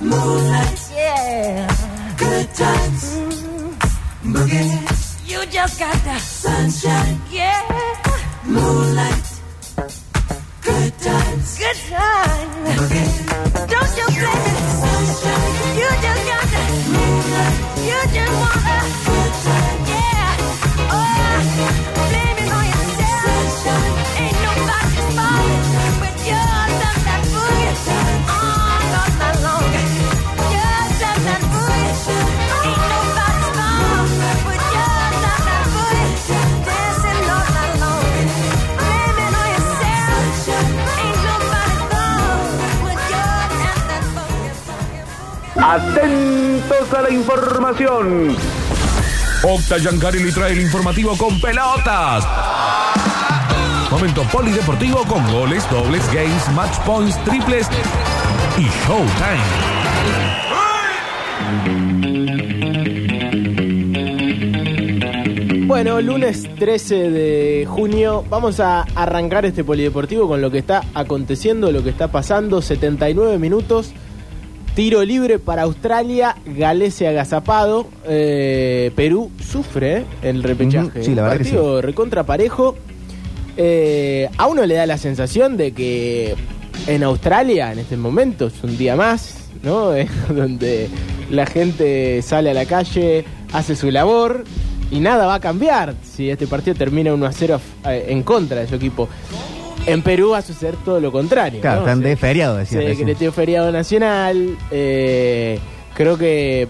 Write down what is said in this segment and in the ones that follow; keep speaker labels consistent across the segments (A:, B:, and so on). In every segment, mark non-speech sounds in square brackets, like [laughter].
A: Moonlight,
B: Yeah. Mm-hmm.
A: good times, boogie,
B: You just got that.
A: sunshine,
B: Yeah.
A: moonlight, good times,
B: Good time.
A: boogie,
B: Don't you blame it.
A: sunshine,
B: You just got that. You just wanna. Yeah. Oh, blame it on yourself. Ain't nobody's fault. But you're the that Oh, boogie. All of my long. You're the that boogie. Ain't nobody's fault. But you're the that boogie. Dancing all night long. Blame it on yourself. Ain't nobody's fault. But you're that that boogie, boogie, boogie.
C: Atentos a la información.
D: Octa Yancari le trae el informativo con pelotas. Momento polideportivo con goles, dobles, games, match points, triples y showtime.
E: Bueno, lunes 13 de junio, vamos a arrancar este polideportivo con lo que está aconteciendo, lo que está pasando. 79 minutos, tiro libre para Australia, Galecia agazapado, eh, Perú sufre eh, el repechaje.
F: Ujú, sí, la verdad que sí.
E: Partido recontra parejo. Eh, a uno le da la sensación de que en Australia, en este momento, es un día más, ¿no? [laughs] Es donde la gente sale a la calle, hace su labor y nada va a cambiar si este partido termina 1 a 0 a- eh, en contra de su equipo. En Perú va a suceder todo lo contrario.
F: Claro,
E: ¿no?
F: están
E: Se-
F: de feriado, decía.
E: se
F: recién.
E: decretó feriado nacional. eh, creo que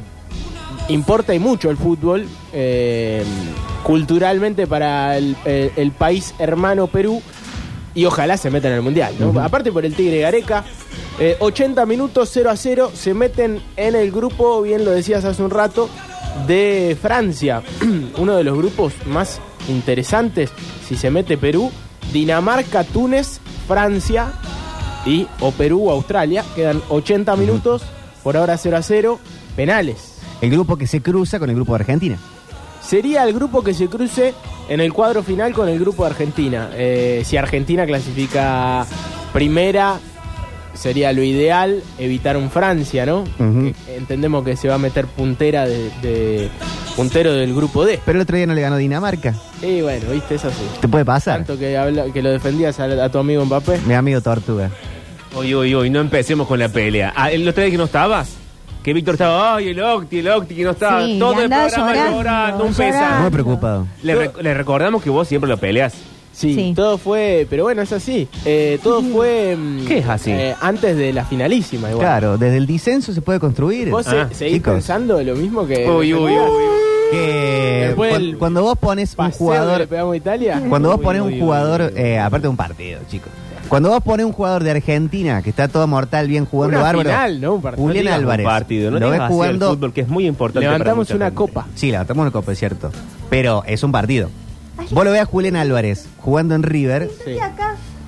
E: importa y mucho el fútbol. eh, culturalmente para el, el- el país hermano Perú. Y ojalá se metan en el Mundial. ¿no? Aparte por el Tigre Gareca. eh, 80 minutos 0 a 0. Se meten en el grupo, bien lo decías hace un rato, de Francia. [clears throat] Uno de los grupos más interesantes. Si se mete Perú. Dinamarca, Túnez, Francia y o Perú o Australia. Quedan 80 minutos, por ahora 0 a 0, penales.
F: El grupo que se cruza con el grupo de Argentina.
E: Sería el grupo que se cruce en el cuadro final con el grupo de Argentina. Eh, si Argentina clasifica primera, sería lo ideal evitar un Francia, ¿no?
F: Ujú.
E: Que entendemos que se va a meter puntera de, de- puntero del grupo D.
F: Pero el otro día no le ganó Dinamarca.
E: Y bueno, viste, es así.
F: Te puede pasar.
E: Tanto que, habla- que lo defendías a, a tu amigo Mbappé.
F: Mi amigo Tortuga.
G: Oye, oye, oye, no empecemos con la pelea. Ah, el otro día que no estabas, que Víctor estaba, ay, el Octi, el Octi, que no estaba.
H: Sí,
G: Todo el
H: andaba
G: programa llorando,
H: llorando,
G: un
H: llorando.
F: Muy
G: pesar.
F: preocupado.
G: Le, rec- le recordamos que vos siempre lo peleas.
E: Sí,
H: Sí.
E: todo fue, pero bueno, es así. Eh, todo fue. mm,
G: ¿Qué es así?
E: eh, antes de la finalísima, igual.
F: Claro, desde el disenso se puede construir.
E: ¿Vos se-
G: Ah,
E: seguís
F: chicos.
E: pensando lo mismo que.
F: Eh,
G: Uy, uy, uy.
F: Que
E: Después
F: cu-
E: el
F: cuando vos pones un
E: Paseo que le
F: jugador.
E: pegamos a Italia?
F: Cuando vos
E: Uy,
F: pones
E: uy,
F: un
E: uy,
F: jugador.
E: uy, uy.
F: eh, aparte de un partido, chicos. Cuando vos pones un jugador de Argentina que está todo mortal, bien jugando
E: Una
F: bárbaro.
E: final, ¿no? Un partido.
F: Julián
G: digas un
F: Álvarez.
G: Partido, no
F: lo ves
G: digas así al
F: jugando.
G: fútbol, que es muy importante.
E: Levantamos
G: para mucha
E: una
G: gente.
E: copa.
F: Sí, la tomamos una copa, es cierto. Pero es un partido. Vos lo ves a Julián Álvarez jugando en River.
E: Sí.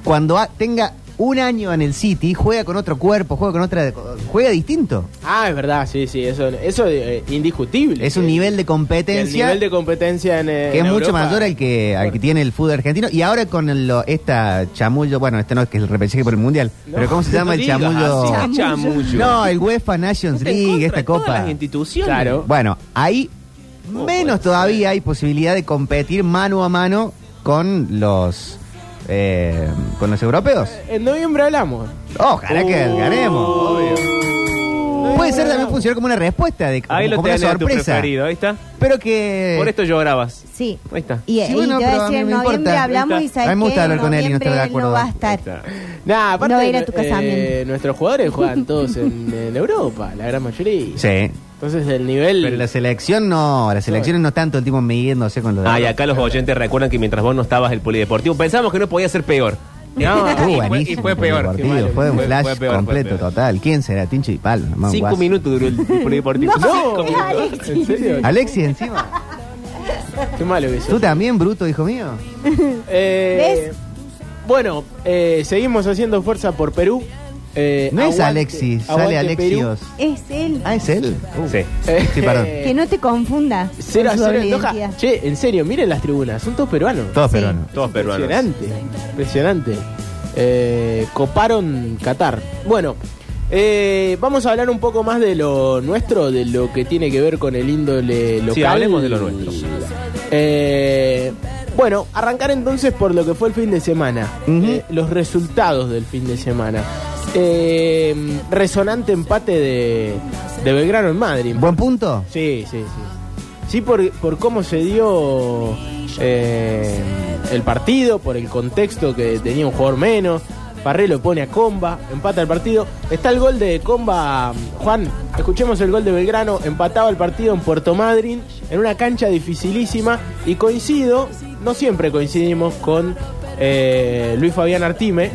F: Cuando a- tenga un año en el City, juega con otro cuerpo, juega con otra. Juega distinto.
E: Ah, es verdad, sí, sí, eso eso eh, indiscutible.
F: Es un
E: Eh,
F: nivel de
E: que El
F: competencia
E: nivel de competencia en. eh,
F: que es
E: en
F: mucho
E: Europa-
F: mayor al que, al que tiene el fútbol argentino. Y ahora con el- lo- esta chamullo, bueno, este no es que es el repechaje por el mundial,
E: No,
F: pero ¿cómo se
E: no
F: llama el
E: digas,
F: chamullo?
G: Ah, sí, chamullo.
F: No, el UEFA Nations League, esta copa.
G: instituciones.
E: Claro.
F: Bueno, ahí menos todavía hay posibilidad de competir mano a mano con los eh, con los europeos.
E: En noviembre hablamos.
F: Ojalá que
G: Uh.
F: ganemos. Puede ser también funcionar como una respuesta, de,
G: Ahí
F: como,
G: lo
F: como una
G: tenés a tu
F: sorpresa. Eh.
G: preferido, ahí está.
F: Pero que...
G: Por esto llorabas.
H: Sí.
G: Ahí está.
H: Y,
F: Sí,
H: y
F: bueno,
H: te voy
F: pero
H: a
F: a mí
H: decir, en
F: me
H: noviembre
F: importa.
H: hablamos y sabes
F: A mí me gusta
H: qué,
F: hablar
H: en
F: con él y no estar de
H: noviembre
F: acuerdo.
H: no va a estar.
E: Nah, aparte, eh,
H: No va a ir a tu casamiento.
E: nuestros jugadores
H: [laughs]
E: juegan todos en, en Europa, la gran mayoría.
F: Sí.
E: Entonces el nivel. [laughs]
F: Pero la selección no, las selecciones no tanto el tipo midiéndose con los de
G: Ah, y
F: ahora.
G: acá los oyentes recuerdan que mientras vos no estabas el polideportivo, pensamos que no podía ser peor. [laughs]
E: No,
G: Y
F: Estuvo
G: fue-
F: buenísimo
G: y fue
F: el
G: peor.
F: partido,
G: Qué malo.
F: fue un
G: Fue-
F: flash
G: fue peor, fue
F: completo,
G: peor.
F: total. ¿Quién será? Tincho y Palma. man,
G: Cinco
F: guaso.
G: minutos duró el polideportivo.
F: [laughs]
G: Cinco minutos.
E: ¿En [laughs] serio?
F: Alexis, encima.
E: Qué malo que sos.
F: ¿Tú también, bruto, hijo mío?
E: Eh, Bueno, eh, seguimos haciendo fuerza por Perú. Eh,
F: No es
E: aguante-
F: Alexis,
E: aguante
F: sale Alexios.
H: Es él.
F: Ah, es él. Uh.
G: Sí.
E: Perú.
F: Sí, perdón.
E: Eh,
H: Que no te confunda. con
E: cero a
H: su
E: cero
H: doble
E: en Doha.
H: identidad.
E: Che, en serio, miren las tribunas, son todos peruanos.
F: Todos
H: Sí.
F: peruanos.
G: Todos peruanos.
E: Impresionante, impresionante. Eh, coparon Qatar. Bueno, Eh, vamos a hablar un poco más de lo nuestro, de lo que tiene que ver con el índole local.
G: hablemos de lo nuestro.
E: Eh, bueno, arrancar entonces por lo que fue el fin de semana.
F: Ujú.
E: Eh, los resultados del fin de semana. Eh, resonante empate de, de Belgrano en Madrid.
F: Buen punto.
E: Sí, sí, sí. Sí, por, por cómo se dio eh, el partido, por el contexto que tenía un jugador menos. Parré lo pone a Comba, empata el partido. Está el gol de Comba. Juan, escuchemos el gol de Belgrano. Empataba el partido en Puerto Madryn, en una cancha dificilísima. Y coincido, no siempre coincidimos con eh, Luis Fabián Artime.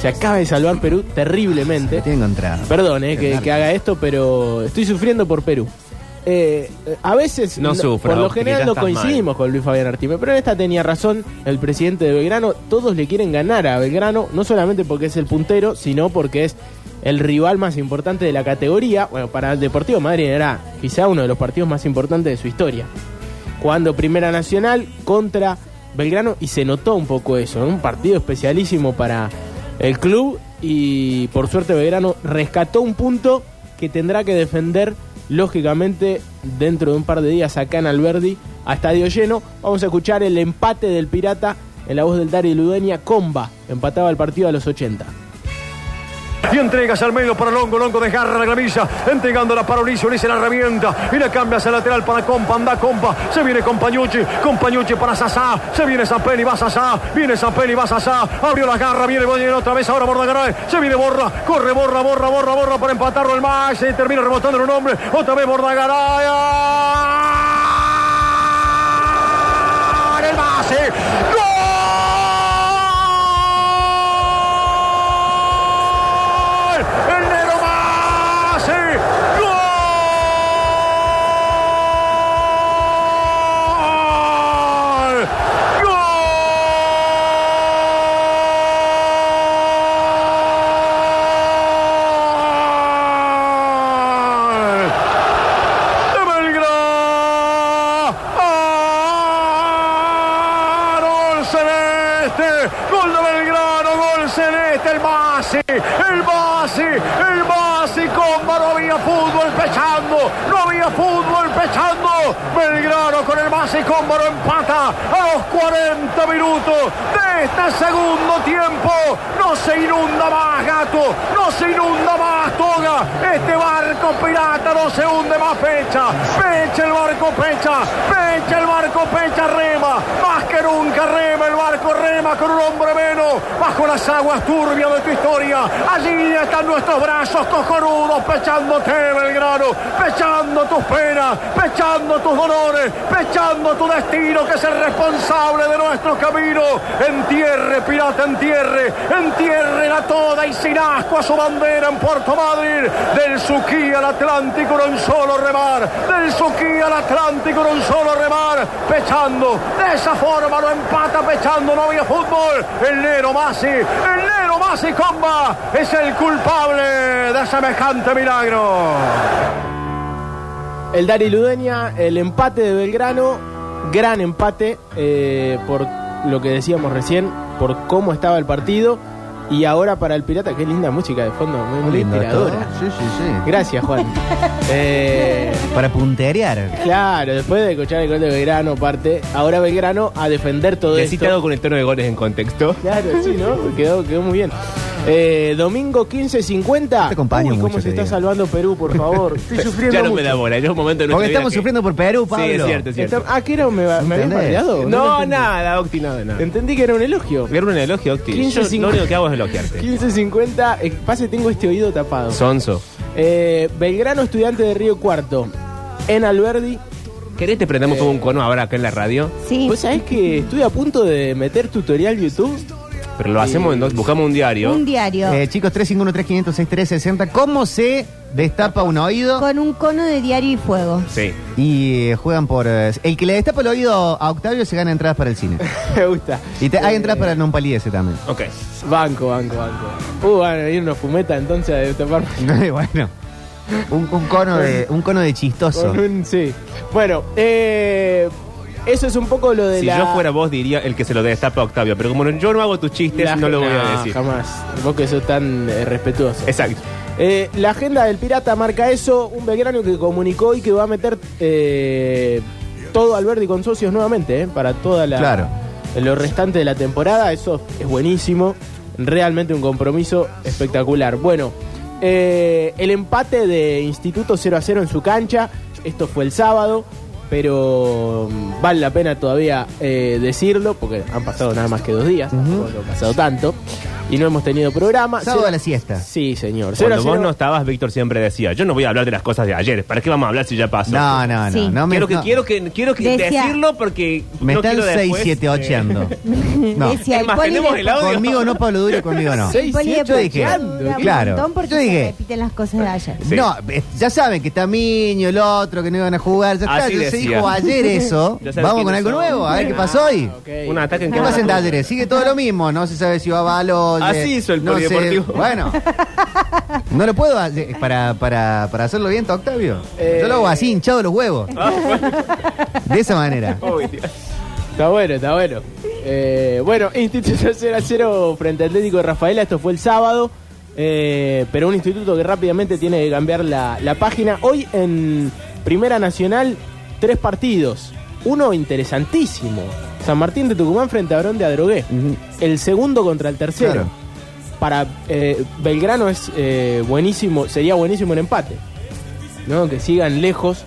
E: Se acaba de salvar Perú terriblemente.
F: Lo tiene encontrado.
E: Perdón eh, que, que haga esto, pero estoy sufriendo por Perú. Eh, eh, a veces,
G: No sufra,
E: por lo
G: Octi, que ya
E: general, no
G: estás
E: coincidimos con Luis Fabián Artime, pero en esta tenía razón el presidente de Belgrano. Todos le quieren ganar a Belgrano, no solamente porque es el puntero, sino porque es el rival más importante de la categoría. Bueno, para el Deportivo Madrid era quizá uno de los partidos más importantes de su historia jugando Primera Nacional contra Belgrano y se notó un poco eso, ¿no? un partido especialísimo para el club y por suerte Belgrano rescató un punto que tendrá que defender lógicamente dentro de un par de días acá en Alberdi a estadio lleno. Vamos a escuchar el empate del Pirata en la voz del Dari Ludeña, Comba, empataba el partido a los 80.
I: Y entregas al medio para Longo, Longo desgarra la camisa, entregándola para Ulises, Ulises la revienta, y la cambia hacia el lateral para Compa, anda Compa, se viene Compañucci, Compañucci para Sasá, se viene Zapelli, va Sasá, viene Zapelli, va Sasá, abrió la garra, viene, viene otra vez, ahora Bordagaray, se viene Borra, corre Borra, Borra, Borra, Borra para empatarlo el Max, y termina rebotando un hombre, otra vez Bordagaray, ¡ah! el base, ¡Gol! ¡El negro más! ¡Gol! ¡Gol! de Belgrano, ¡Gol celeste! ¡Gol de Belgrano! ¡Gol celeste! ¡El Masi! ¡El Masi! ¡El Masi! ¡Comba! ¡No había fútbol pechando! ¡No había fútbol pechando! Belgrano con el Masi Comba lo empata a los 40 minutos de este segundo tiempo. No se inunda más, gato. No se inunda más, toga. Este barco pirata no se hunde más, fecha. Pecha el barco, pecha. Pecha el barco, pecha, rema. Más que nunca rema el barco, rema con un hombre menos. Bajo las aguas turbias de tu historia. Allí están nuestros brazos cojonudos, pechándote, Belgrano. Pechando tus penas, pechando tus dolores, pechando tu destino, que es el responsable de nuestro camino. Entierre, pirata, entierre. Entierrela toda y sin asco a su bandera en Puerto Madryn. Del Suquí al Atlántico en un solo remar. Del Suquí al Atlántico en un solo remar. Pechando. De esa forma lo empata pechando. No había fútbol. El Nero Masi. El Nero Masi Comba es el culpable de semejante milagro.
E: El Dari Ludeña, el empate de Belgrano, gran empate eh, por lo que decíamos recién, por cómo estaba el partido. Y ahora para el Pirata, qué linda música de fondo, muy, muy inspiradora.
F: Sí, sí, sí.
E: Gracias, Juan. Eh,
F: Para punterear.
E: claro, después de escuchar el gol de Belgrano, parte, ahora Belgrano a defender todo
G: Necesita
E: esto.
G: algo con el tono de goles en contexto.
E: Claro, sí, ¿no? Quedó, quedó muy bien. Eh, domingo 15.50.
F: Te acompaño
E: Uy, ¿Cómo se
F: mucho, te
E: está
F: digo.
E: salvando Perú, por favor? Estoy sufriendo
G: ya no me
E: mucho.
G: da bola, ya es un momento de
F: Porque
G: nuestra
F: estamos
G: vida que-
F: sufriendo por Perú, Pablo.
G: Sí, es cierto, es cierto.
E: Está- Ah, que era, me, va- me habían
F: ¿Entendés?
E: bardeado.
G: No,
E: lo entendí.
G: nada, Octi, nada, nada.
E: Entendí que era un elogio.
G: Era un elogio, Octi.
E: 15,
G: Yo
E: cinco-
G: lo único que hago es elogiarte.
E: 15.50, eh, pase, tengo este oído tapado.
G: Sonso.
E: Eh, Belgrano Estudiante de Río Cuarto, en Alberdi.
G: ¿Querés te prendamos con un cono ahora acá en la radio?
H: Sí.
E: Vos sabés que estoy a punto de meter tutorial YouTube. [laughs]
G: Pero lo hacemos en dos, buscamos un diario.
H: Un diario
F: Eh, chicos, 351-3506-360. ¿Cómo se destapa un oído?
H: con un cono de diario y fuego.
G: Sí.
F: Y eh, juegan por. eh, el que le destapa el oído a Octavio se gana entradas para el cine.
E: Me gusta.
F: Y te- hay entradas para el Nonpaliese también. [laughs]
G: Ok.
E: Banco, banco, banco. Uh, van a venir unos fumetas entonces de taparme.
F: bueno. Un, un cono de, un cono de chistoso.
E: Con un- sí. Bueno, eh, eso es un poco lo de
G: Si
E: la.
G: yo fuera vos, diría el que se lo destapa a Octavio. Pero como no- yo no hago tus chistes,
E: la-
G: no lo voy a decir.
E: Jamás. Vos que sos tan eh, respetuoso.
G: Exacto.
E: Eh, la agenda del Pirata marca eso, un Belgrano que comunicó hoy que va a meter eh, todo Alberti con socios nuevamente, eh, para toda la
F: Claro.
E: lo restante de la temporada, eso es buenísimo, realmente un compromiso espectacular. Bueno, eh, el empate de Instituto 0 a 0 en su cancha, esto fue el sábado, pero mm, vale la pena todavía eh, decirlo, porque han pasado nada más que dos días, tampoco ha pasado tanto, y no hemos tenido programa.
F: Sábado
E: Cero-
F: a la siesta.
E: Sí, señor. Cero a
G: Cuando vos
E: cero.
G: no estabas, Víctor siempre decía, yo no voy a hablar de las cosas de ayer. ¿Para qué vamos a hablar si ya pasó?
F: No, no, no.
H: Sí.
F: no me,
G: quiero que
F: no.
G: quiero que quiero que
H: Decía-
G: decirlo porque
F: Me
G: no
F: están
G: quiero después, eh. Ah,
F: 678
G: [laughs]
F: No.
H: Decía,
G: Es
H: el
G: más,
H: poli
G: tenemos
H: de-
G: el audio.
F: Conmigo no, Pablo Duro, conmigo no.
H: el poli de
F: Yo dije,
H: Pochando, dura un
F: claro.
H: montón porque
F: Yo
H: se
F: dije-
H: repiten las cosas de ayer.
G: Sí.
F: No, eh, ya saben que está Miño, el otro, que no iban a jugar. Ya está,
G: Así
F: ya se
G: decía. [laughs]
F: dijo ayer eso.
G: Ya saben
F: Vamos con
G: quiénes
F: algo
G: son.
F: nuevo, a ver qué pasó hoy.
E: Ah, ok.
G: Un ataque en
F: ¿Qué
G: contra
F: pasa en
G: tuyo.
F: talleres? Sigue todo lo mismo, no se sabe si va a Baloye.
G: Así hizo el
F: no sé.
G: polideportivo.
F: Bueno, no lo puedo hacer para, para, para hacerlo bien, Octavio.
E: Eh.
F: Yo lo hago así, hinchado los huevos.
G: Ah,
F: De esa manera.
G: Uy, Dios.
E: Está bueno, está bueno. Eh, bueno, [laughs] Instituto 0 a 0 frente al Atlético de Rafaela, esto fue el sábado. eh, pero un instituto que rápidamente tiene que cambiar la, la página. Hoy en Primera Nacional, tres partidos. Uno interesantísimo. San Martín de Tucumán frente a Brón de Adrogué. El segundo contra el tercero.
F: Claro.
E: Para eh, Belgrano es eh, buenísimo, sería buenísimo un empate. ¿no? Que sigan lejos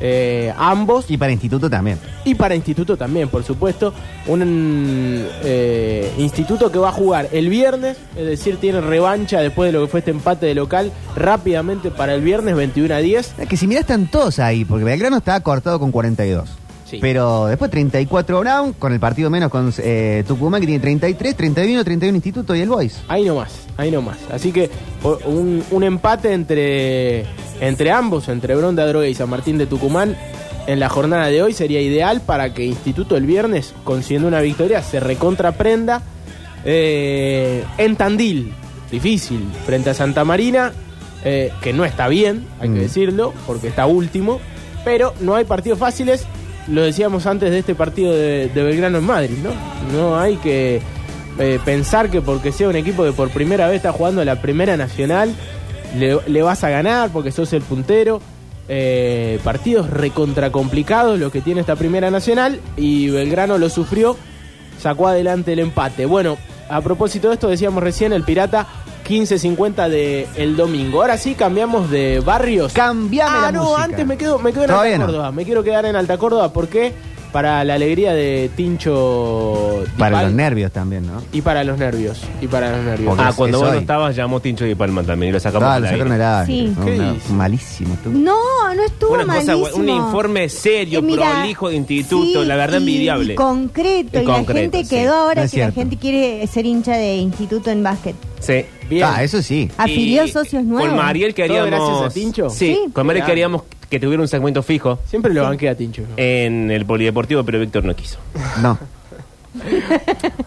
E: eh, ambos.
F: Y para instituto también.
E: Y para Instituto también, por supuesto. Un eh, Instituto que va a jugar el viernes, es decir, tiene revancha después de lo que fue este empate de local, rápidamente para el viernes 21 a 10.
F: Es que si mirás están todos ahí, porque Belgrano está cortado con 42.
E: Sí.
F: Pero después 34 Brown, con el partido menos con eh, Tucumán, que tiene 33, 31, 31 Instituto y el Boys.
E: Ahí nomás, ahí nomás. Así que o- un, un empate entre, entre ambos, entre Bronda Droga y San Martín de Tucumán, en la jornada de hoy sería ideal para que Instituto el viernes, consiguiendo una victoria, se recontraprenda eh, en Tandil. Difícil, frente a Santa Marina, eh, que no está bien, hay que
F: Mm.
E: decirlo, porque está último, pero no hay partidos fáciles. Lo decíamos antes de este partido de, de Belgrano en Madrid, ¿no? No hay que eh, pensar que porque sea un equipo que por primera vez está jugando la Primera Nacional, le, le vas a ganar porque sos el puntero. Eh, partidos recontra complicados los que tiene esta Primera Nacional y Belgrano lo sufrió, sacó adelante el empate. Bueno, a propósito de esto decíamos recién el Pirata 15.50 de el domingo. Ahora sí cambiamos de barrios.
F: Cambiame
E: ah,
F: la
E: no,
F: música.
E: antes me quedo, me quedo en
F: Todavía
E: Alta
F: no.
E: Córdoba. Me quiero quedar en Alta Córdoba porque para la alegría de Tincho Di
F: Para los
E: Palma-
F: nervios también, ¿no?
E: y para los nervios. Y para los nervios.
F: Porque
G: Ah,
F: es-
G: cuando
F: es
G: vos
F: hoy.
G: no estabas, llamó Tincho y Palma también y lo sacamos.
F: Ah,
G: al
F: lo
G: aire.
F: sacaron del aire.
H: Sí.
F: No,
E: ¿Qué
F: no,
E: dices?
F: malísimo estuvo.
H: No, no estuvo
G: Una cosa,
H: malísimo. Eh,
G: un informe serio,
H: mira,
G: prolijo de instituto, la verdad
H: y
G: envidiable.
H: concreto,
G: Y
H: y
G: concreto,
H: la gente
G: sí.
H: quedó ahora
F: No es
H: que la
F: cierto.
H: gente quiere ser hincha de instituto en básquet.
G: Sí.
E: Bien.
F: Ah, eso sí.
H: Afilió
G: Y
H: socios nuevos.
G: Con Mariel que
E: ¿Todo
G: haríamos.
E: gracias a Tincho?
G: Sí,
H: Sí.
G: con Mariel
E: Claro.
G: queríamos que tuviera un segmento fijo
E: Siempre lo banquea Tincho. ¿no?
G: en el polideportivo, pero Víctor no quiso.
E: [laughs]
F: No.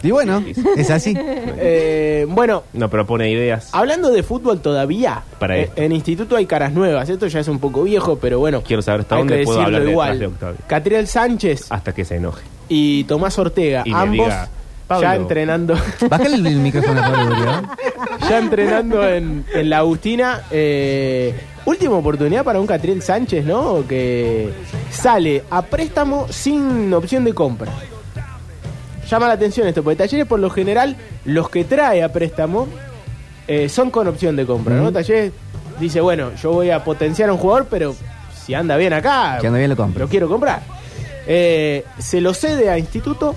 F: y bueno, es así.
E: Eh, bueno,
G: No propone ideas.
E: hablando de fútbol todavía,
G: Para
E: eh,
G: esto.
E: en instituto hay caras nuevas. Esto ya es un poco viejo, pero bueno.
G: Quiero saber hasta
E: hay
G: dónde
E: que
G: puedo
E: decirlo
G: hablar detrás
E: igual.
G: de Octavio.
E: Catriel Sánchez
G: Hasta que se enoje.
E: y Tomás Ortega,
G: Y me
E: ambos
G: diga, Pablo.
E: ya entrenando.
F: Bájale el, el micrófono a
E: [laughs]
F: Pablo Durio. ¿eh?
E: ya entrenando en, en la Agustina. eh, última oportunidad para un Catriel Sánchez, ¿no? Que sale a préstamo sin opción de compra. Llama la atención esto, porque talleres por lo general, los que trae a préstamo eh, son con opción de compra, ¿no?
F: Ujú.
E: Talleres dice, bueno, yo voy a potenciar a un jugador, pero si anda bien acá,
F: Si anda bien lo compro.
E: quiero comprar. Eh, se lo cede a Instituto,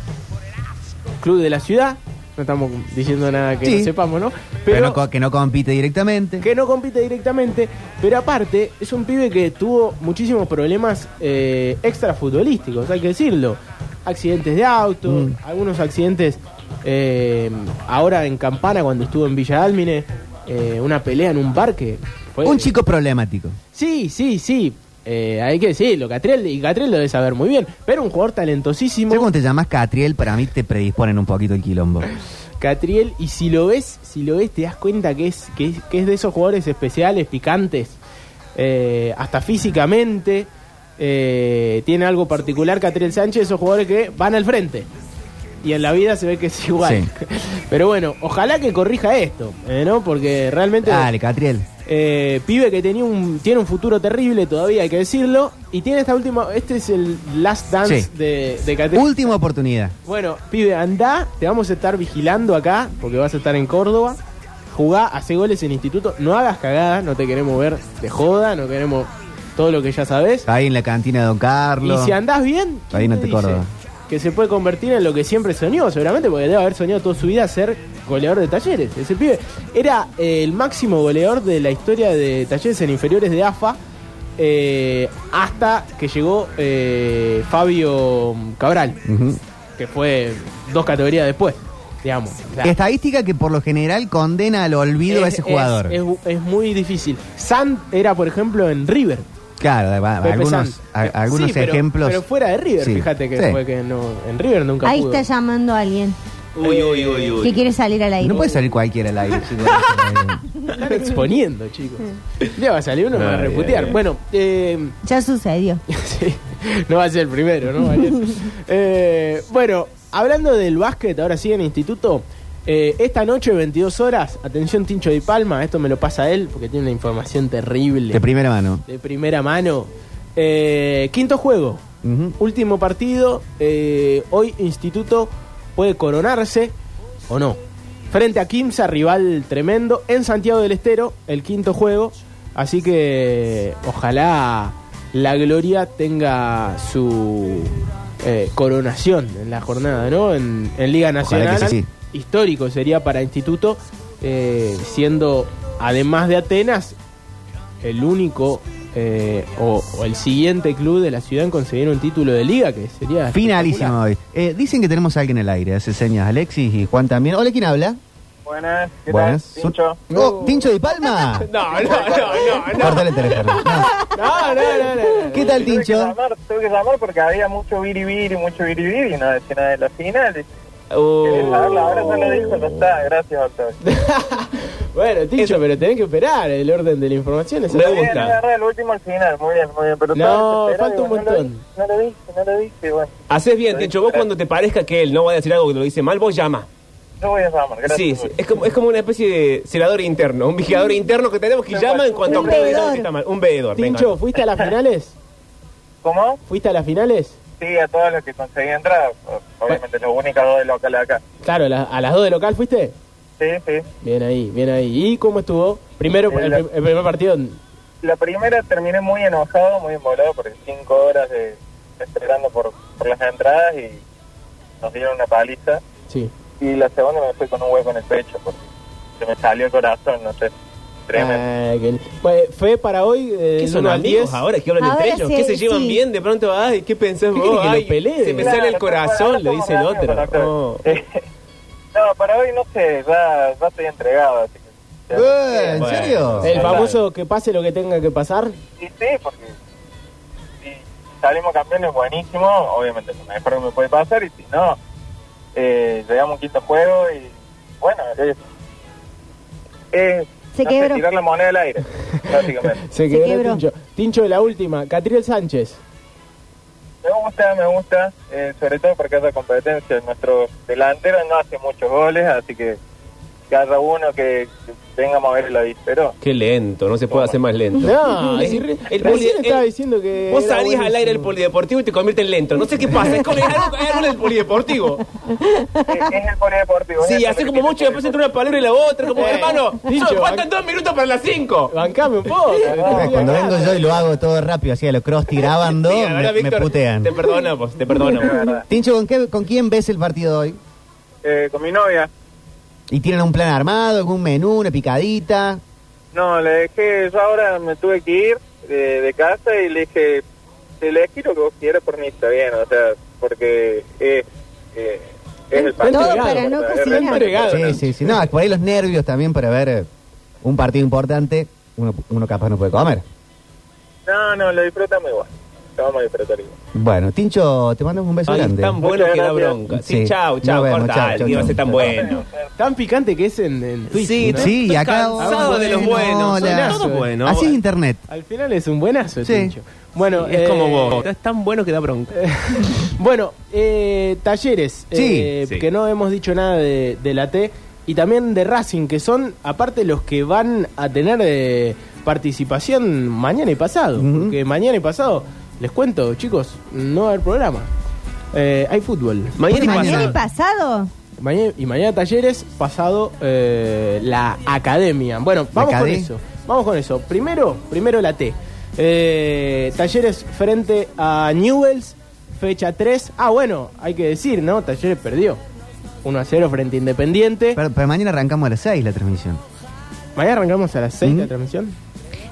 E: Club de la Ciudad, no estamos diciendo nada que
F: Sí.
E: no sepamos, ¿no?
F: Pero no co- que no compite directamente.
E: que no compite directamente, pero aparte es un pibe que tuvo muchísimos problemas eh, extrafutbolísticos, hay que decirlo. Accidentes de auto,
F: Mm.
E: algunos accidentes eh, ahora en Campana cuando estuvo en Villa Dálmine, eh, una pelea en un parque. Pues-
F: Un chico problemático.
E: Sí, sí, sí. Eh, hay que decirlo, Catriel, y Catriel lo debe saber muy bien, pero un jugador talentosísimo.
F: Yo cuando te llamas Catriel, para mí te predisponen un poquito el quilombo.
E: Catriel, y si lo ves, si lo ves, te das cuenta que es, que es, que es de esos jugadores especiales, picantes, eh, hasta físicamente. eh, tiene algo particular Catriel Sánchez, esos jugadores que van al frente. Y en la vida se ve que [laughs] es igual. Pero bueno, ojalá que corrija esto, eh, ¿no? Porque realmente
F: Dale, Catriel.
E: Eh, pibe que tenía un, tiene un futuro terrible todavía, hay que decirlo. Y tiene esta última. Este es el last dance
F: Sí.
E: de, de Catriel.
F: Última oportunidad.
E: Bueno, pibe, andá, te vamos a estar vigilando acá, porque vas a estar en Córdoba. Jugá, hace goles en instituto, no hagas cagadas, no te queremos ver de joda, no queremos todo lo que ya sabes.
F: Ahí en la cantina de Don Carlos.
E: Y si andás bien, ¿quién
F: Ahí no te
E: dice
F: Córdoba.
E: Que se puede convertir en lo que siempre soñó, seguramente, porque debe haber soñado toda su vida ser goleador de talleres. Ese pibe era eh, el máximo goleador de la historia de talleres en inferiores de AFA. eh, hasta que llegó eh, Fabio Cabral
F: Ujú.
E: que fue dos categorías después, digamos. O sea,
F: Estadística que por lo general condena al olvido a
E: es-
F: ese jugador.
E: Es, es- es muy difícil. Sand era, por ejemplo, en River.
F: claro, a- a-
E: Pepe
F: algunos,
E: Sand.
F: a-
E: Eh,
F: algunos
E: sí, pero-
F: ejemplos.
E: Pero fuera de River,
F: Sí.
E: fíjate que
F: Sí.
E: fue que no, en River nunca
H: Ahí
E: pudo.
H: está llamando a alguien
G: Uy, uy, uy, uy.
H: que quiere salir al aire.
F: No puede salir cualquiera al aire. chicos.
E: [laughs] Están exponiendo, chicos. Ya va a salir
F: Ah,
E: uno para
G: Ay,
E: reputear.
G: ay, ay.
E: Bueno, eh, [laughs]
H: Ya sucedió.
E: Sí, no va a ser el primero, ¿no?
H: [laughs]
E: Mariel? Eh, bueno, hablando del básquet, ahora sí en instituto. eh, esta noche, 22 horas, atención Tincho de Palma, esto me lo pasa a él porque tiene una información terrible
F: De primera mano.
E: de primera mano. Eh, quinto juego,
F: Ujú.
E: último partido. eh, hoy Instituto puede coronarse o no. Frente a Kimsa, rival tremendo, en Santiago del Estero, el quinto juego. Así que ojalá la gloria tenga su eh, coronación en la jornada, ¿no? En, en Liga
F: Ojalá que
E: Nacional.
F: sí, sí.
E: Histórico sería para Instituto, eh, siendo, además de Atenas, el único eh, o, o el siguiente club de la ciudad en conseguir un título de liga, que sería...
F: Finalísimo hoy. Eh, dicen que tenemos a alguien al aire. Hace señas Alexis y Juan también. Hola, ¿quién habla?
I: Buenas, ¿qué
F: Buenas.
I: tal? Tincho.
F: Oh, ¿Tincho
E: [laughs]
F: de Palma?
G: No, no, no, no.
F: Cortale el teléfono. No.
E: No, no, no, no, no.
F: ¿Qué tal,
I: Tuve que,
F: Tincho?
I: llamar, tuve que llamar porque había mucho biribiri, mucho biribiri y no decía nada de la final. Querés saberlo, ahora ya lo dijo, ya está. Gracias, doctor.
E: [laughs] Bueno, Tincho, pero tenés que esperar el orden de la información. es
I: Muy
E: el-
I: bien, agarré el último al final, muy bien, muy bien. Pero
E: No,
I: estaba desesperado,
E: falta un
I: digo,
E: montón.
I: No lo dije, no lo dije, bueno.
G: Haces bien, Tincho. Vos cuando te parezca que él no va a decir algo que lo dice mal, vos llama.
I: Yo voy a llamar, gracias.
G: Sí,
E: pues.
G: sí. Es, como, es como una especie de celador interno, un vigilador interno que tenemos que llama en cuanto
H: Un
G: cree que
H: veedor.
G: está mal. Un veedor. venga.
E: Tincho, ¿fuiste a las finales?
I: ¿Cómo?
E: ¿Fuiste a las finales?
I: Sí, a todos los que conseguí entrar. Obviamente, los únicos dos de local acá.
E: Claro, la- a las dos de local fuiste.
I: Sí, sí.
E: Bien ahí, bien ahí. ¿Y cómo estuvo? Primero, el, el primer partido.
I: La primera terminé muy enojado, muy embolado, porque cinco horas de, esperando por, por las entradas y nos dieron una paliza.
E: Sí.
I: Y la segunda me fui con un hueco en el pecho, porque se me salió el corazón, no sé. Tremendo.
E: Ah, que- Bueno, fue para hoy. eh,
G: ¿Qué
E: del
G: son
E: 1 al
G: amigos
E: 10.
G: ahora que hablan
H: Ahora
G: entre ellos?
H: sí,
G: ¿Qué se
H: sí.
G: llevan bien? De pronto, ay, ¿qué pensás
E: ¿Qué
G: vos?
E: quiere que
G: Ay,
E: lo pelee?
G: se me
I: Claro,
G: sale el
I: pero
G: corazón,
I: bueno,
G: le dice el
I: somos
G: otro.
I: amigos, doctor.
G: Oh.
I: [laughs] No, para hoy no sé, ya, ya estoy entregado. Así que, ya-
F: Eh, ¿En
G: Bueno.
F: serio?
E: El famoso que pase lo que tenga que pasar.
I: Y sí, porque si salimos campeones buenísimo, obviamente es lo mejor que me puede pasar y si no, eh, llegamos a un quinto juego y bueno, es, es,
H: Se
I: no
H: quebró.
I: Sé, tirar la moneda
H: [laughs]
I: al aire, básicamente.
E: Se
H: Se
E: quedó
H: quebró.
E: Tincho. Tincho de la última. Catriel Sánchez.
I: Me gusta, me gusta, eh, sobre todo porque haya competencia. Nuestro delantero no hace muchos goles, así que cada uno que, que venga a mover el avispero.
G: Qué lento, no se puede hacer más lento. [laughs]
E: No,
G: Es-
E: si
G: el
E: re-
G: poli-
E: recién
G: el-
E: estaba diciendo que.
G: Vos
E: era
G: salís al aire del
E: buenísimo.
G: polideportivo y te conviertes en lento. No sé qué pasa, es con el, hay algo en el polideportivo.
I: Es, es el polideportivo.
G: Sí,
I: eso
G: hace
I: es lo
G: como
I: que
G: mucho y
I: tiene
G: después entra una palabra y la otra. Como,
E: Eh,
G: hermano,
E: dicho,
G: son- faltan
E: ac-
G: dos minutos para las cinco.
E: Bancame un poco.
F: Eh, Cuando vengo yo y lo hago todo rápido, así a los cross tirabando,
G: Sí, la verdad,
F: me, me
G: Víctor,
F: putean.
G: Te perdonamos, te
I: el polideportivo, [laughs] es
G: perdonamos.
I: verdad.
F: Tincho, ¿con, qué- ¿con quién ves el partido hoy?
I: Eh, con mi novia.
F: ¿Y tienen un plan armado, algún menú, una picadita?
I: No, le dejé, yo ahora me tuve que ir de, de casa y le dije, te elegí lo que vos quieras por mí, está bien, o sea, porque es, eh, es el partido.
E: Todo para
H: no
I: Es
H: cocinar.
I: realmente-
E: Entregado.
F: Sí, sí, sí. No, por ahí los nervios también para ver eh, un partido importante, uno, uno capaz no puede comer.
I: No, no, lo disfrutamos igual. Lo vamos a disfrutar igual.
F: Bueno, Tincho, te mandamos un beso
G: Ay,
F: grande.
G: tan bueno que da
I: Muchas gracias.
G: bronca. Sí,
F: Sí,
G: chao,
F: nos
G: chao,
F: vemos,
G: corta.
F: chao,
G: Ay,
F: chao,
G: Iba a
F: chao.
G: ser tan bueno.
E: Tan picante que es en, en Twitch,
G: Sí,
E: ¿no?
F: Sí,
G: Estoy
F: y acá...
G: cansado
F: oh,
G: de los buenos,
E: son
F: hola.
E: todos
G: buenos.
F: Así es internet.
E: Al final es un buenazo,
F: Sí.
E: Tincho. Bueno,
G: es como
E: eh,
G: vos. Es tan bueno que da bronca.
E: [laughs] Bueno, eh, talleres,
F: Sí,
E: eh,
G: sí.
E: que no hemos dicho nada de, de la T. y también de Racing, que son aparte los que van a tener eh, participación mañana y pasado.
F: Ujú.
E: Porque mañana y pasado, les cuento, chicos, no va a haber programa. Eh, hay fútbol.
G: Mañana y
H: ¿Mañana
G: pasado.
H: y pasado?
E: Mañana, y mañana talleres, pasado eh, la academia. Bueno, vamos con
F: acadé.
E: eso. Vamos con eso. Primero, primero la T. Eh, talleres frente a Newells, fecha 3. Ah, bueno, hay que decir, ¿no? Talleres perdió. 1 a 0 frente a
G: ¿Eh?
E: Independiente.
F: Pero, pero mañana arrancamos a las 6 la transmisión.
E: mañana arrancamos a las 6
F: Mm.
E: la transmisión.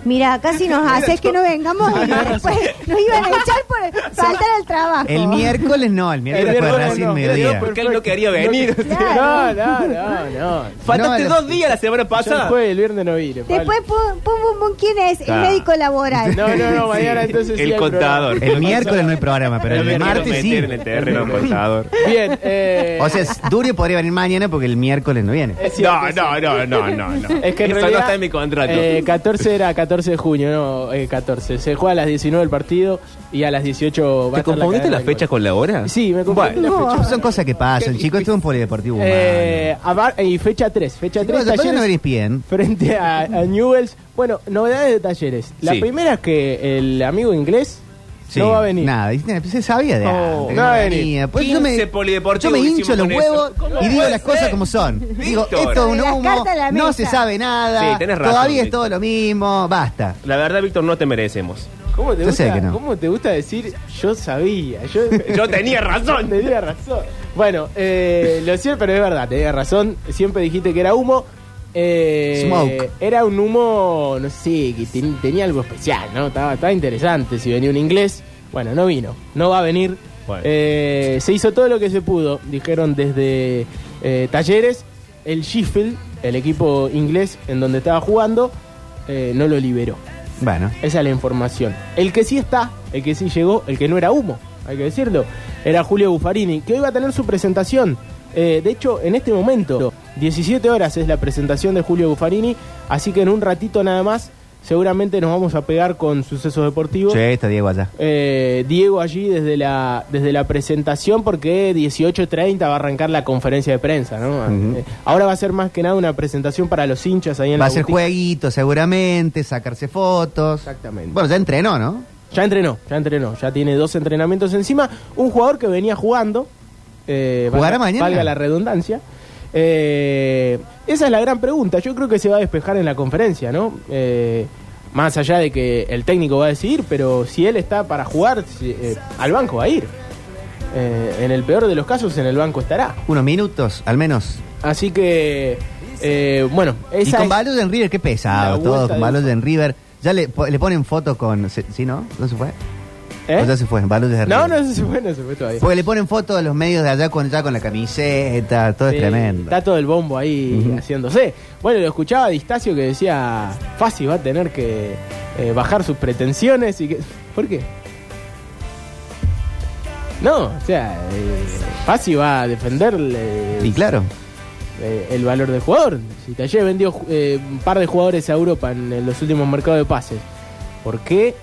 H: Mira,
F: [laughs]
H: casi nos haces que no vengamos y después nos iban a echar por faltar al
G: Ah,
H: trabajo.
F: El miércoles no, el miércoles fue
E: miércoles
F: Racing
E: no,
F: mediodía.
G: Porque él no quería venir.
E: No, no, no, no.
G: Faltaste
F: No, la-
G: dos días la semana
E: Yo
G: pasada.
E: después el viernes no vine. Pablo.
H: Después, pum, pum, pum, pum, ¿quién es? El
G: Ah.
H: médico laboral.
E: No, no, no, mañana entonces. sí
G: el
E: hay
G: contador.
E: programa.
F: El miércoles no hay programa, pero
G: No me
F: el
G: quiero
F: martes sí.
G: meter en el
F: [laughs]
G: terreno contador.
E: Bien, eh.
F: O sea, es- Durio podría venir mañana porque el miércoles no viene.
E: es cierto,
G: No,
E: sí.
G: no, no, no, no, no.
E: Es que en
G: Eso
E: realidad,
G: no está en mi contrato.
E: eh, 14 era 14 de junio, no, eh, 14. Se juega a las 19 el partido y a las 18 va
G: ¿Te
E: a estar
G: confundiste
E: cadena
G: la
E: del
G: fecha
E: gol.
G: con la hora?
E: Sí, me confundí
G: Bueno.
E: la fecha.
F: Son cosas que pasan, chicos. Esto es un polideportivo humano.
E: Eh, a Bar- y fecha 3, fecha 3
F: Chicos, ¿por qué no venís bien?
E: frente a, a Newells. Bueno, novedades de talleres. La
G: Sí.
E: primera es que el amigo inglés
F: Sí,
E: no va a venir.
F: Nada, dice, se sabía de
E: Oh,
F: antes,
E: no va a
F: venía.
E: venir.
F: Por eso
G: 15
F: yo
G: polideportivos
F: me hincho
G: hicimos
F: los
G: con eso.
F: huevos
G: ¿Cómo
F: y digo
G: puede
F: las cosas
G: ser?
F: como son. Digo,
G: Víctor.
F: esto es un
H: Las
F: humo,
H: cartas a la
F: no
H: mesa.
F: se sabe nada,
G: Sí, tenés razón,
F: todavía es
G: Víctor.
F: todo lo mismo, basta.
G: La verdad, Víctor, no te merecemos.
E: ¿Cómo te,
F: Yo sé
E: gusta,
F: que no.
E: ¿Cómo te gusta decir yo sabía? Yo, [laughs]
G: Yo tenía razón.
E: Tenía razón. [laughs] Bueno, eh, lo cierto, pero es verdad, tenías razón. Siempre dijiste que era humo. Eh,
F: Smoke.
E: Era un humo, no sé, que ten- tenía algo especial, ¿no? Estaba, estaba interesante si venía un inglés. Bueno, no vino, no va a venir.
G: Bueno.
E: Eh, se hizo todo lo que se pudo, dijeron desde eh, Talleres. El Sheffield, el equipo inglés en donde estaba jugando, eh, no lo liberó.
F: Bueno,
E: Esa es la información. El que sí está, el que sí llegó, el que no era humo, hay que decirlo, era Julio Buffarini, que hoy va a tener su presentación. Eh, de hecho, en este momento, 17 horas es la presentación de Julio Buffarini, así que en un ratito nada más, seguramente nos vamos a pegar con sucesos deportivos.
F: che, está Diego allá.
E: Eh, Diego allí desde la, desde la presentación porque 18.30 va a arrancar la conferencia de prensa, ¿no?
F: Ujú.
E: Eh, ahora va a ser más que nada una presentación para los hinchas ahí en la
F: Va a ser
E: botica.
F: jueguito seguramente, sacarse fotos.
E: Exactamente.
F: Bueno, ya entrenó, ¿no?
E: Ya entrenó, ya entrenó, ya tiene dos entrenamientos encima. Un jugador que venía jugando. eh,
F: ¿Jugará
E: valga,
F: mañana?
E: Valga la redundancia. Eh, esa es la gran pregunta. Yo creo que se va a despejar en la conferencia, ¿no? Eh, más allá de que el técnico va a decidir, pero si él está para jugar, si- eh, al banco va a ir. Eh, en el peor de los casos, en el banco estará.
F: Unos minutos, al menos.
E: Así que, eh, bueno,
F: Y
E: esa
F: con
E: es-
F: Balos en River, qué
E: La
F: pesado
E: vuelta
F: todo, con
E: de-
F: Balos en River. Ya le, po- le ponen foto con... ¿Sí, sí, no? ¿No se fue?
E: ¿Eh?
F: ¿O ya se fue? Balos en River.
E: No, no, se fue, no se fue todavía.
F: Porque le ponen fotos a los medios de allá con, ya con la camiseta, todo
E: Sí,
F: es tremendo.
E: Está todo el bombo ahí haciéndose. Bueno, lo escuchaba a Distacio que decía, Fácil va a tener que eh, bajar sus pretensiones y que... ¿Por qué? No, o sea, eh, Fácil va a defenderle
F: Y claro,
E: eh, el valor del jugador. Si Taller vendió eh, un par de jugadores a Europa en, en los últimos mercados de pases, ¿por qué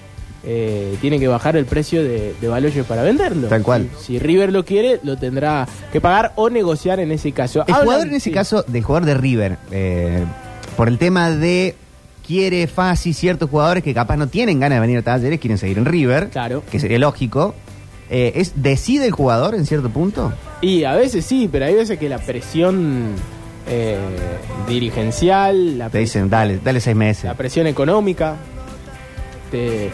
E: eh, tiene que bajar el precio de, de Baloyes para venderlo?
F: Tal cual.
E: Si, si River lo quiere, lo tendrá que pagar o negociar en ese caso.
F: el
E: Hablan-
F: jugador en ese
E: sí.
F: caso, del jugador de River, eh, por el tema de quiere fácil ciertos jugadores que capaz no tienen ganas de venir a Talleres, quieren seguir en River,
E: Claro.
F: que sería lógico. eh, es ¿Decide el jugador en cierto punto?
E: Y a veces sí, pero hay veces que la presión eh, dirigencial, la
F: Te
E: presión
F: dicen, dale, dale seis meses.
E: la presión económica te,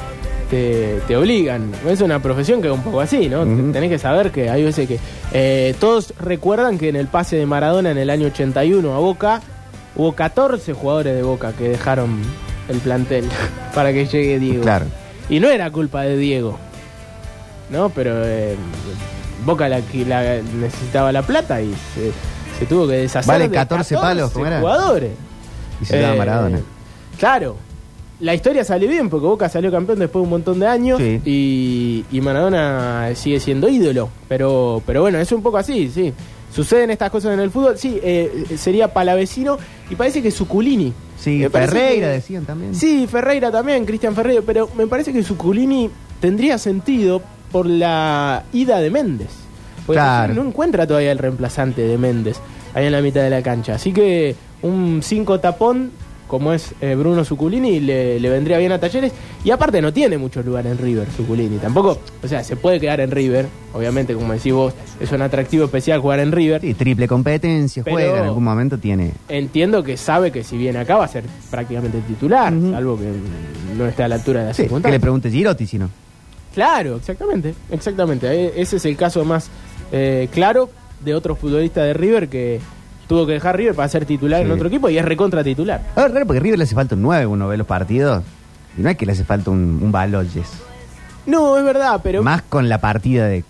E: te, te obligan. Es una profesión que es un poco así, ¿no?
F: Ujú.
E: Tenés que saber que hay veces que... eh, todos recuerdan que en el pase de Maradona en el año 81 a Boca, hubo 14 jugadores de Boca que dejaron el plantel [laughs] para que llegue Diego.
F: Claro.
E: Y no era culpa de Diego, ¿no? Pero eh, Boca la, la- necesitaba la plata y se, se tuvo que deshacer
F: Vale
E: de
F: 14 palos, ¿cómo era?
E: jugadores.
F: Y se llama
E: Eh,
F: Maradona.
E: Claro. La historia sale bien porque Boca salió campeón después de un montón de años
F: Sí.
E: y, y Maradona sigue siendo ídolo. Pero, pero bueno, es un poco así, sí. Suceden estas cosas en el fútbol. Sí, eh, sería Palavecino y parece que Suculini.
F: Sí,
E: Me parece
F: Ferreira
E: que-
F: decían también.
E: Sí, Ferreira también, Cristian Ferreira. Pero me parece que Suculini tendría sentido por la ida de Méndez. Porque
F: Claro.
E: Suculini no encuentra todavía el reemplazante de Méndez. ahí en la mitad de la cancha. Así que un 5 tapón, como es eh, Bruno Suculini, le, le vendría bien a Talleres. Y aparte no tiene muchos lugares en River, Suculini. Tampoco, o sea, se puede quedar en River. Obviamente, como decís vos, es un atractivo especial jugar en River.
F: Sí, triple competencia,
E: Pero-
F: juega, en algún momento tiene.
E: Entiendo que sabe que si viene acá va a ser prácticamente titular,
F: Ujú.
E: salvo que mm, no esté a la altura de la
F: Sí, que le pregunte Girotti si no.
E: Claro, exactamente, exactamente. E- Ese es el caso más eh, claro de otro futbolista de River que tuvo que dejar River para ser titular en
F: Sí.
E: otro equipo y es recontra titular.
F: A ver, raro, porque a River le hace falta un 9, uno ve los partidos. Y no es que le hace falta un, un Baloyes.
E: No, es verdad, pero
F: Más con la partida de,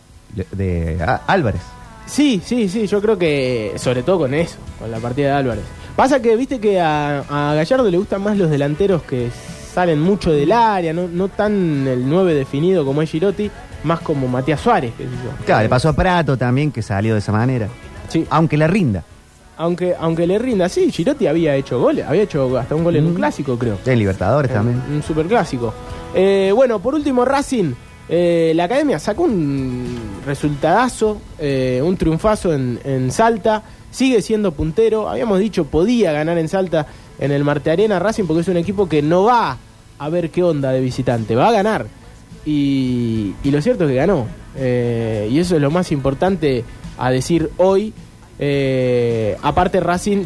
F: de Á- Álvarez.
E: sí, sí, sí, yo creo que sobre todo con eso, con la partida de Álvarez. Pasa que viste que a, a Gallardo le gustan más los delanteros que salen mucho del área, no, no tan el 9 definido como es Girotti, más como Matías Suárez, qué sé yo.
F: Claro, le pasó a Prato también, que salió de esa manera.
E: Sí.
F: Aunque le rinda.
E: Aunque, aunque le rinda, sí, Girotti había hecho goles, había hecho hasta un gol en un clásico, creo.
F: En
E: Eh,
F: Libertadores también.
E: Un superclásico. Eh, bueno, por último, Racing. Eh, la academia sacó un resultadazo, eh, un triunfazo en, en Salta. Sigue siendo puntero. Habíamos dicho podía ganar en Salta en el Marte Arena Racing porque es un equipo que no va a ver qué onda de visitante. Va a ganar. Y, y lo cierto es que ganó. Eh, y eso es lo más importante a decir hoy. Eh, aparte, Racing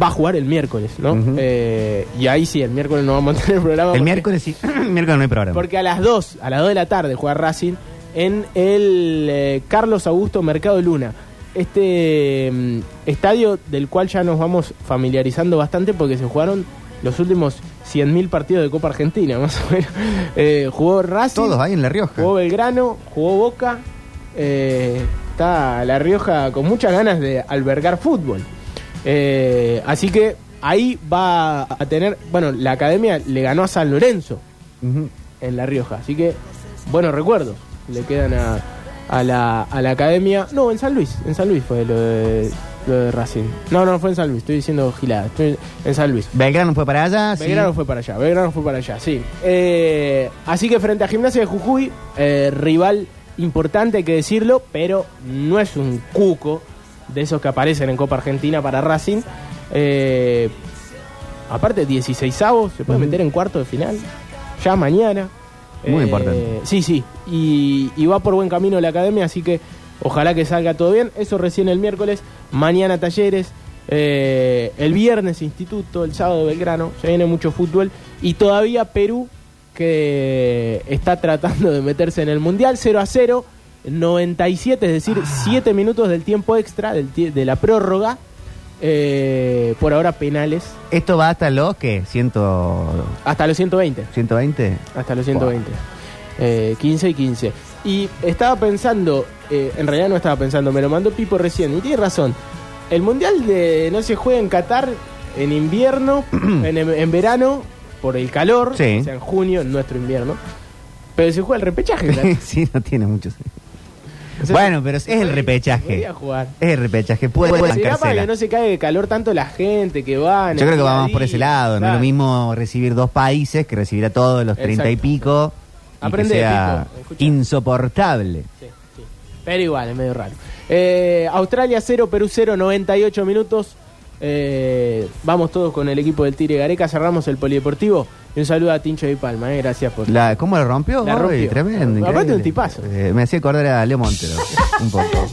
E: va a jugar el miércoles, ¿no?
F: Ujú.
E: Eh, y ahí sí, el miércoles no vamos a tener [laughs] programa.
F: El
E: porque-
F: miércoles sí. [clears throat] el miércoles no hay programa.
E: Porque a las 2, a las 2 de la tarde juega Racing en el eh, Carlos Augusto Mercado Luna. Este mm, estadio del cual ya nos vamos familiarizando bastante porque se jugaron los últimos 100.000 partidos de Copa Argentina, [laughs] más o menos. Eh, jugó Racing.
F: Todos ahí en La Rioja.
E: Jugó Belgrano, jugó Boca. eh, está La Rioja con muchas ganas de albergar fútbol. Eh, así que ahí va a tener. Bueno, la academia le ganó a San Lorenzo
F: Ujú.
E: en La Rioja. Así que buenos recuerdos le quedan a, a la, a la academia. No, en San Luis. En San Luis fue lo de, lo de Racing. No, no, fue en San Luis. Estoy diciendo gilada. Estoy en San Luis.
F: Belgrano fue para allá. sí.
E: Belgrano fue para allá, Belgrano fue para allá, sí. Eh, así que frente a Gimnasia de Jujuy, eh, rival importante, hay que decirlo, pero no es un cuco de esos que aparecen en Copa Argentina para Racing. Eh, aparte, 16 avos, se puede meter en cuarto de final, ya mañana. Eh,
F: Muy importante.
E: Sí, sí, y, y va por buen camino la academia, así que ojalá que salga todo bien. Eso recién el miércoles, mañana talleres, eh, el viernes instituto, el sábado Belgrano, se viene mucho fútbol y todavía Perú que está tratando de meterse en el Mundial 0 a 0, 97, es decir,
F: Ah.
E: 7 minutos del tiempo extra, del tie- de la prórroga, eh, por ahora penales,
F: Esto va hasta los que, ciento
E: hasta los 120.
F: 120.
E: Hasta los 120. Eh, 15 y 15. Y estaba pensando, eh, en realidad no estaba pensando, me lo mandó Pipo recién, y tiene razón. El mundial de no se juega en Qatar en
F: [clears throat]
E: invierno, en, en verano, por el calor,
F: Sí.
E: o sea, en junio, en nuestro invierno. Pero se juega el repechaje,
F: [laughs]
E: claro.
F: sí, no tiene muchos.
E: O sea,
F: bueno, pero es el
E: podría-
F: repechaje.
E: podría jugar.
F: Es el repechaje. Puede
E: Pues será para
F: bancársela.
E: que no se caiga de calor tanto la gente que va. en
F: Yo
E: el
F: creo que
E: día a
F: vamos por
E: día,
F: ese lado. No es
E: claro.
F: lo mismo recibir dos países que recibir a todos los 30 y
E: Exacto.
F: pico. y
E: Aprende,
F: que sea
E: Pipo, escucha.
F: insoportable.
E: Sí, sí. Pero igual, es medio raro. Eh, Australia 0, Perú 0, 98 minutos. Eh, vamos todos con el equipo del Tigre Gareca. Cerramos el polideportivo. Y un saludo a Tincho y Palma. eh, Gracias por.
F: La, ¿Cómo lo rompió?
E: La
F: Ay,
E: rompió. Aparte
F: Tremendo. increíble.
E: un tipazo.
F: Eh, me hacía acordar a Leo Montero.
E: [laughs]
F: un poco.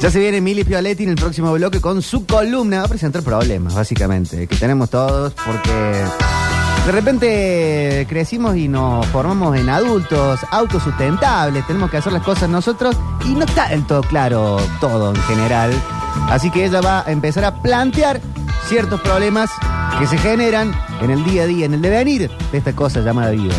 F: Ya se viene Mili Pioletti en el próximo bloque con su columna. Va a presentar problemas, básicamente, que tenemos todos porque de repente crecimos y nos formamos en adultos, autosustentables, tenemos que hacer las cosas nosotros y no está del todo claro todo en general. Así que ella va a empezar a plantear ciertos problemas que se generan en el día a día, en el devenir de esta cosa llamada vida.